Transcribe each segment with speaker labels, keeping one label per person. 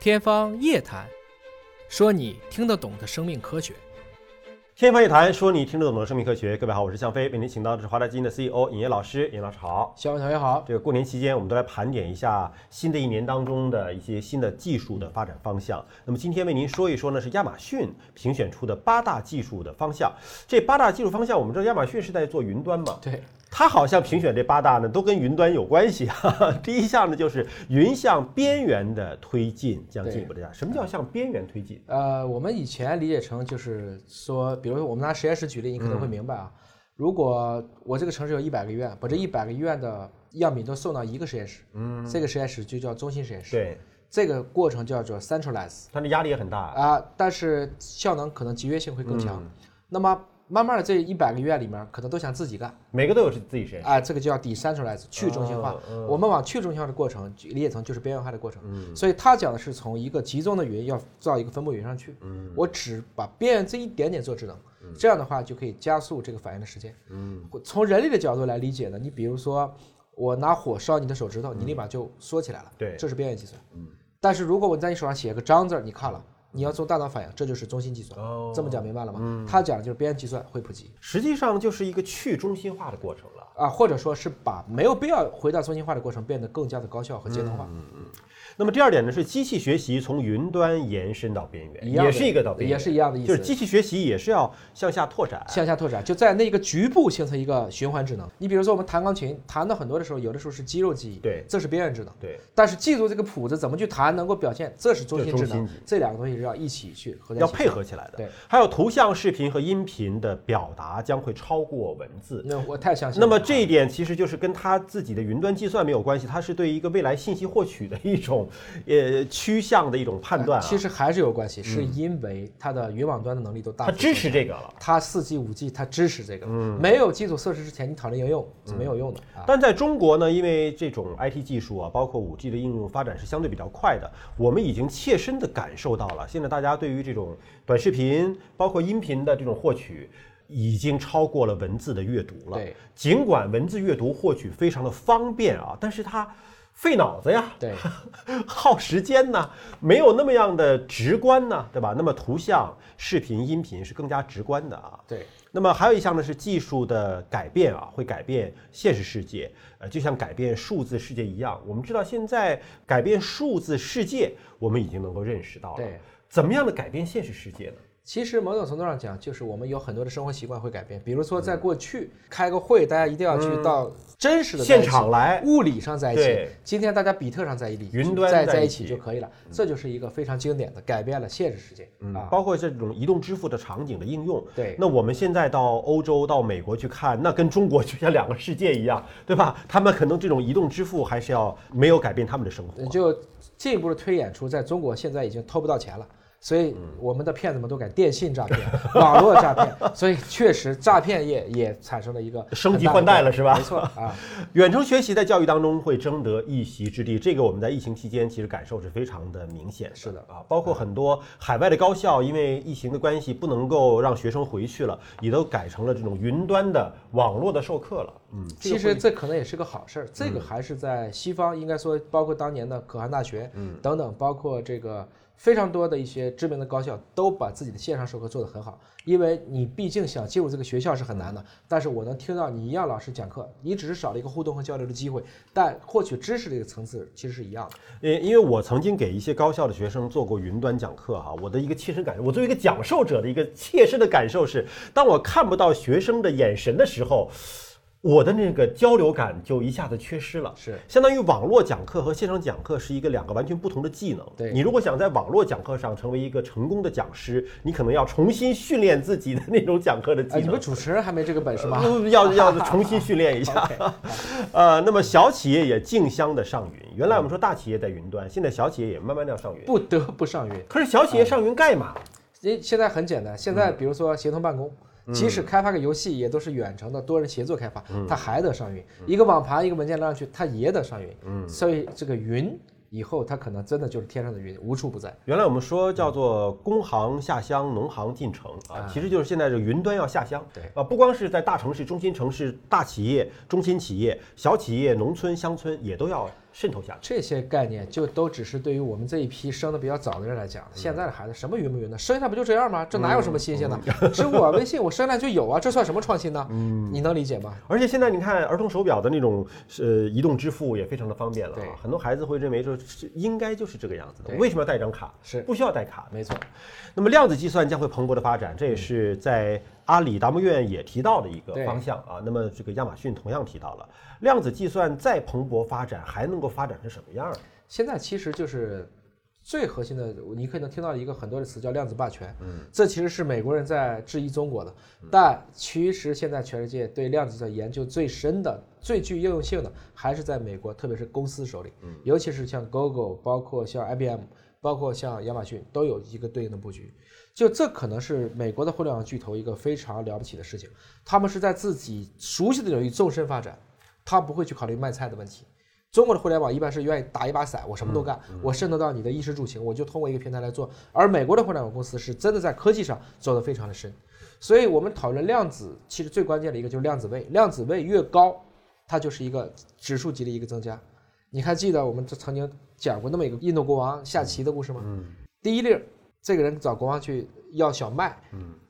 Speaker 1: 天方夜谭，说你听得懂的生命科学。
Speaker 2: 天方夜谭，说你听得懂的生命科学。各位好，我是向飞，为您请到的是华大基因的 CEO 尹烨老师。尹老师好。
Speaker 1: 小伟同学好，
Speaker 2: 这个过年期间，我们都来盘点一下新的一年当中的一些新的技术的发展方向。那么今天为您说一说呢，是亚马逊评选出的八大技术的方向。这八大技术方向，我们知道亚马逊是在做云端嘛，
Speaker 1: 对，
Speaker 2: 它好像评选这八大呢，都跟云端有关系啊。 第一项呢，就是云向边缘的推进，将进一步的加。什么叫向边缘推进？
Speaker 1: 呃，我们以前理解成就是说，比如说我们拿实验室举例，你可能会明白啊。如果我这个城市有一百个医院，把这一百个医院的样品都送到一个实验室，嗯，这个实验室就叫中心实验室，
Speaker 2: 对，
Speaker 1: 这个过程叫做 centralize
Speaker 2: 它的压力也很大。
Speaker 1: 啊、但是效能可能集约性会更强。那么慢慢的这一百个医院里面，可能都想自己干，
Speaker 2: 每个都有自己谁？
Speaker 1: 啊、这个就叫 decentralize 去中心化。
Speaker 2: 哦嗯
Speaker 1: 我们往去中心化的过程理解成就是边缘化的过程。所以他讲的是从一个集中的云要到一个分布云上去。
Speaker 2: 嗯
Speaker 1: 我只把边缘这一点点做智能，这样的话就可以加速这个反应的时间。
Speaker 2: 嗯
Speaker 1: 或从人类的角度来理解呢，你比如说我拿火烧你的手指头，你立马就缩起来了。
Speaker 2: 嗯对嗯
Speaker 1: 这是边缘计算。但是如果我在你手上写个张字儿，你看了。你要做大脑反应，这就是中心计算。
Speaker 2: 哦
Speaker 1: 这么讲明白了吗？他讲的就是边缘计算会普及。
Speaker 2: 实际上就是一个去中心化的过程了。
Speaker 1: 啊，或者说是把没有必要回到中心化的过程变得更加的高效和节能
Speaker 2: 嗯
Speaker 1: 化，
Speaker 2: 那么第二点呢，是机器学习从云端延伸到边缘，
Speaker 1: 一样的
Speaker 2: 也是一个到边缘，
Speaker 1: 也是一样的意思
Speaker 2: 就是机器学习也是要向下拓展。
Speaker 1: 向下拓展，就在那个局部形成一个循环智能。你比如说我们弹钢琴，弹到很多的时候，有的时候是肌肉记忆，
Speaker 2: 对
Speaker 1: 这是边缘智能。
Speaker 2: 对，
Speaker 1: 但是记住这个谱子怎么去弹，能够表现，这是中心智
Speaker 2: 这是
Speaker 1: 能
Speaker 2: 中心。
Speaker 1: 这两个东西是要一起去合在一
Speaker 2: 要
Speaker 1: 起。
Speaker 2: 配合起来的。
Speaker 1: 对，
Speaker 2: 还有图像、视频和音频的表达将会超过文字。
Speaker 1: 那我太相信了。
Speaker 2: 那么这一点其实就是跟他自己的云端计算没有关系，它是对一个未来信息获取的一种呃趋向的一种判断啊。嗯
Speaker 1: 其实还是有关系，是因为它的云网端的能力都大
Speaker 2: 它
Speaker 1: 幅
Speaker 2: 支
Speaker 1: 提
Speaker 2: 持这个嗯了。
Speaker 1: 高，它四 G、五 G 它支持这个，没有基础设施之前，你讨论应用是没有用的啊。
Speaker 2: 但在中国呢，因为这种 IT 技术啊，包括 5G 的应用发展是相对比较快的，我们已经切身的感受到了，现在大家对于这种短视频，包括音频的这种获取。已经超过了文字的阅读了。
Speaker 1: 对，
Speaker 2: 尽管文字阅读获取非常的方便啊，但是它费脑子呀，
Speaker 1: 对，
Speaker 2: 耗时间呐，没有那么样的直观呐，对吧？那么图像、视频、音频是更加直观的啊。
Speaker 1: 对。
Speaker 2: 那么还有一项呢是技术的改变啊，会改变现实世界，呃，就像改变数字世界一样。我们知道现在改变数字世界，我们已经能够认识到了。
Speaker 1: 对，
Speaker 2: 怎么样的改变现实世界呢？
Speaker 1: 其实某种程度上讲，就是我们有很多的生活习惯会改变，比如说在过去开个会，大家一定要去到真实的在一
Speaker 2: 嗯现
Speaker 1: 起
Speaker 2: 场来，
Speaker 1: 物理上在一起
Speaker 2: 对。
Speaker 1: 今天大家比特上在一起，
Speaker 2: 云端
Speaker 1: 在
Speaker 2: 在
Speaker 1: 一
Speaker 2: 一
Speaker 1: 起
Speaker 2: 起嗯
Speaker 1: 就可以了。这就是一个非常经典的改变了现实世界啊。
Speaker 2: 包括这种移动支付的场景的应用。
Speaker 1: 对
Speaker 2: 那我们现在到欧洲、到美国去看，那跟中国就像两个世界一样，对吧？他们可能这种移动支付还是要没有改变他们的生活。
Speaker 1: 就进一步的推演出，在中国现在已经偷不到钱了。所以
Speaker 2: 嗯
Speaker 1: 我们的骗子们都改电信诈骗、 网络诈骗，所以确实诈骗业也产生了一个
Speaker 2: 升级
Speaker 1: 很
Speaker 2: 换
Speaker 1: 大
Speaker 2: 代
Speaker 1: 的
Speaker 2: 了是吧
Speaker 1: 没错啊，
Speaker 2: 远程学习在教育当中会争得一席之地，这个我们在疫情期间其实感受是非常的明显
Speaker 1: 是的
Speaker 2: 啊，包括很多海外的高校，因为疫情的关系，不能够让学生回去了，也都改成了这种云端的网络的授课了。嗯，
Speaker 1: 其
Speaker 2: 这个嗯
Speaker 1: 实这可能也是个好事儿，这个还是在西方，应该说包括当年的可汗大学，
Speaker 2: 嗯
Speaker 1: 等等，包括这个非常多的一些知名的高校，都把自己的线上授课做得很好。因为你毕竟想进入这个学校是很难的，但是我能听到你一样老师讲课，你只是少了一个互动和交流的机会，但获取知识这个层次其实是一样的。
Speaker 2: 因呃因为我曾经给一些高校的学生做过云端讲课哈、我的一个切身感受，我作为一个讲授者的一个切身的感受是，当我看不到学生的眼神的时候，我的那个交流感就一下子缺失了。
Speaker 1: 是
Speaker 2: 相当于网络讲课和线上讲课是一个两个完全不同的技能。
Speaker 1: 对
Speaker 2: 你如果想在网络讲课上成为一个成功的讲师，你可能要重新训练自己的那种讲课的呃技
Speaker 1: 啊，你
Speaker 2: 能
Speaker 1: 们。主持人还没这个本事吗？
Speaker 2: 嗯 要要重新训练一下
Speaker 1: OK，
Speaker 2: 呃，那么小企业也竞相的上云。原来我们说大企业在云端，现在小企业也慢慢的要上云。
Speaker 1: 不得不上云。
Speaker 2: 可是小企业上云干嘛？
Speaker 1: 因现在很简单，现在比如说协同办公，即使开发个游戏也都是远程的多人协作开发，它还得上云。一个网盘一个文件拉上去，它也得上云。所以这个云以后它可能真的就是天上的云，无处不在。
Speaker 2: 原来我们说叫做工行下乡，农行进城啊，其实就是现在这云端要下乡。
Speaker 1: 嗯对
Speaker 2: 啊，不光是在大城市、中心城市、大企业、中心企业、小企业、农村、乡村也都要渗透下去。
Speaker 1: 这些概念就都只是对于我们这一批生的比较早的人来讲，现在的孩子什么云不云的，生下不就这样吗？这哪有什么新鲜的？支付宝、微信，我生来就有啊，这算什么创新呢？你能理解吗？
Speaker 2: 而且现在你看，儿童手表的那种呃移动支付也非常的方便了、啊。
Speaker 1: 对
Speaker 2: 很多孩子会认为说是应该就是这个样子的，
Speaker 1: 对
Speaker 2: 为什么要带一张卡？
Speaker 1: 是
Speaker 2: 不需要带卡。
Speaker 1: 没错，
Speaker 2: 那么量子计算将会蓬勃的发展，这也是在阿里达摩院也提到的一个
Speaker 1: 对
Speaker 2: 方向啊。那么这个亚马逊同样提到了，量子计算再蓬勃发展，还能够发展成什么样儿？
Speaker 1: 现在其实就是最核心的，你可能听到一个很多的词叫量子霸权，嗯，这其实是美国人在质疑中国的，但其实现在全世界对量子计算研究最深的、最具应用性的，还是在美国，特别是公司手里，尤其是像 Google，包括像 IBM，包括像亚马逊，都有一个对应的布局。就这可能是美国的互联网巨头一个非常了不起的事情，他们是在自己熟悉的领域纵深发展，他不会去考虑卖菜的问题。中国的互联网一般是愿意打一把伞，我什么都干，我渗透到你的衣食住行，我就通过一个平台来做。而美国的互联网公司是真的在科技上走得非常的深，所以我们讨论量子，其实最关键的一个就是量子位，量子位越高，它就是一个指数级的一个增加。你还记得我们曾经讲过那么一个印度国王下棋的故事吗？第一粒儿，这个人找国王去要小麦，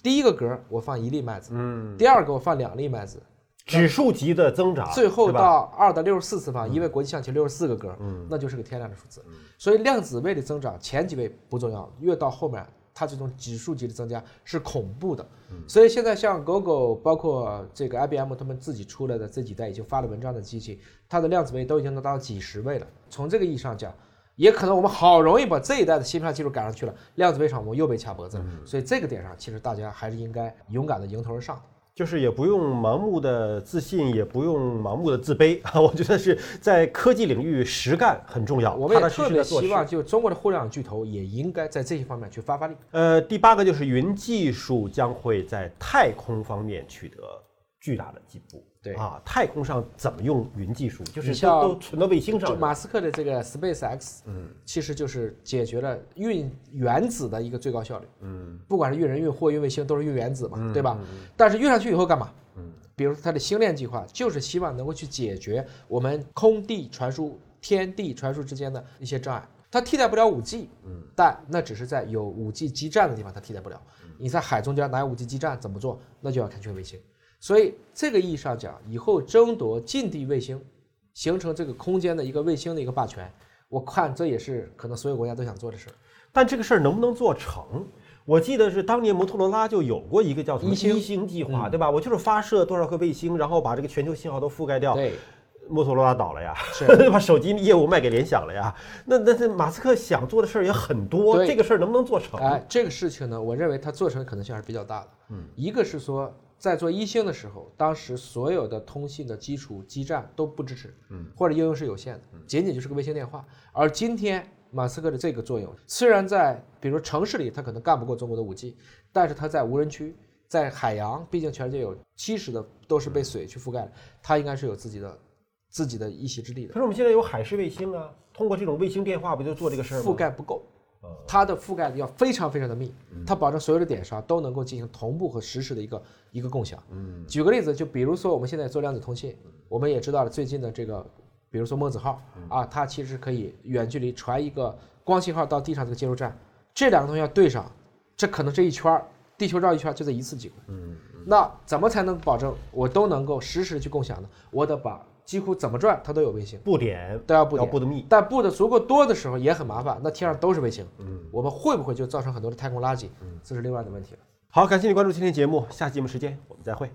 Speaker 1: 第一个格儿我放一粒麦子，第二个我放两粒麦子，
Speaker 2: 指数级的增长，
Speaker 1: 最后
Speaker 2: 是吧嗯
Speaker 1: 到二的六十四次方，因为国际象棋六十四个格，那就是个天量的数字。所以量子位的增长前几位不重要，越到后面它这种指数级的增加是恐怖的。
Speaker 2: 嗯
Speaker 1: 所以现在像 Google 包括这个 IBM 他们自己出来的这几代已经发了文章的机器，它的量子位都已经能达到几十位了。从这个意义上讲。也可能我们好容易把这一代的芯片技术赶上去了，量子位上我们又被掐脖子了，
Speaker 2: 嗯
Speaker 1: 所以这个点上，其实大家还是应该勇敢的迎头而上。
Speaker 2: 就是也不用盲目的自信，也不用盲目的自卑啊！我觉得是在科技领域实干很重要，
Speaker 1: 我们也
Speaker 2: 踏踏
Speaker 1: 特
Speaker 2: 实实
Speaker 1: 别
Speaker 2: 的做
Speaker 1: 希
Speaker 2: 事。
Speaker 1: 望，就中国的互联网巨头也应该在这些方面去发发力。
Speaker 2: 呃，第八个就是云技术将会在太空方面取得巨大的进步。
Speaker 1: 对
Speaker 2: 啊，太空上怎么用云技术？就是
Speaker 1: 你
Speaker 2: 都
Speaker 1: 像
Speaker 2: 都存到卫星上
Speaker 1: 就
Speaker 2: 了。
Speaker 1: 马斯克的这个 SpaceX，嗯，其实就是解决了运原子的一个最高效率。嗯，不管是运人、运货、运卫星，都是运原子嘛，对吧？但是运上去以后干嘛？嗯，比如说它的星链计划，就是希望能够去解决我们空地传输、天地传输之间的一些障碍。它替代不了 5G，嗯，但那只是在有 5G 基站的地方它替代不了。你在海中间哪有 5G 基站？怎么做？那就要看去卫星。所以这个意义上讲，以后争夺近地卫星形成这个空间的一个卫星的一个霸权。我看这也是可能所有国家都想做的事儿。
Speaker 2: 但这个事儿能不能做成？我记得是当年摩托罗拉就有过一个叫什么
Speaker 1: 一星嗯
Speaker 2: 一星计划，对吧？我就是发射多少颗卫星，然后把这个全球信号都覆盖掉。
Speaker 1: 对，
Speaker 2: 摩托罗拉倒了呀，
Speaker 1: 是
Speaker 2: 把手机业务卖给联想了呀。那那那马斯克想做的事儿也很多，
Speaker 1: 对
Speaker 2: 这个事儿能不能做成？
Speaker 1: 哎，这个事情呢，我认为它做成的可能性还是比较大的。嗯，一个是说，在做一星的时候，当时所有的通信的基础基站都不支持，嗯，或者应用是有限的，仅仅就是个卫星电话。而今天马斯克的这个作用，虽然在比如城市里它可能干不过中国的五 G，但是它在无人区。在海洋，毕竟全世界有七十的都是被水去覆盖的，它应该是有自己的自己的一席之地的
Speaker 2: 可。是我们现在有海事卫星啊，通过这种卫星电话不就做这个事儿吗？呃
Speaker 1: 覆盖不够，它的覆盖要非常非常的密，
Speaker 2: 嗯
Speaker 1: 它保证所有的点上都能够进行同步和实时的一个一个共享。
Speaker 2: 嗯
Speaker 1: 举个例子，就比如说我们现在做量子通信，我们也知道了最近的这个，比如说墨子号
Speaker 2: 嗯
Speaker 1: 啊，它其实可以远距离传一个光信号到地上这个接收站，这两个东西要对上，这可能这一圈儿地球绕一圈儿就这一次机会。
Speaker 2: 嗯
Speaker 1: 那怎么才能保证我都能够实时去共享呢？我得把几乎怎么转它都有卫星。
Speaker 2: 布点
Speaker 1: 都要布
Speaker 2: 呃
Speaker 1: 啊
Speaker 2: 要
Speaker 1: 点
Speaker 2: 布的密，
Speaker 1: 但布的足够多的时候也很麻烦，那天上都是卫星，嗯，我们会不会就造成很多的太空垃圾？嗯，这是另外的问题了。
Speaker 2: 好，感谢你关注今天节目，下期节目时间我们再会。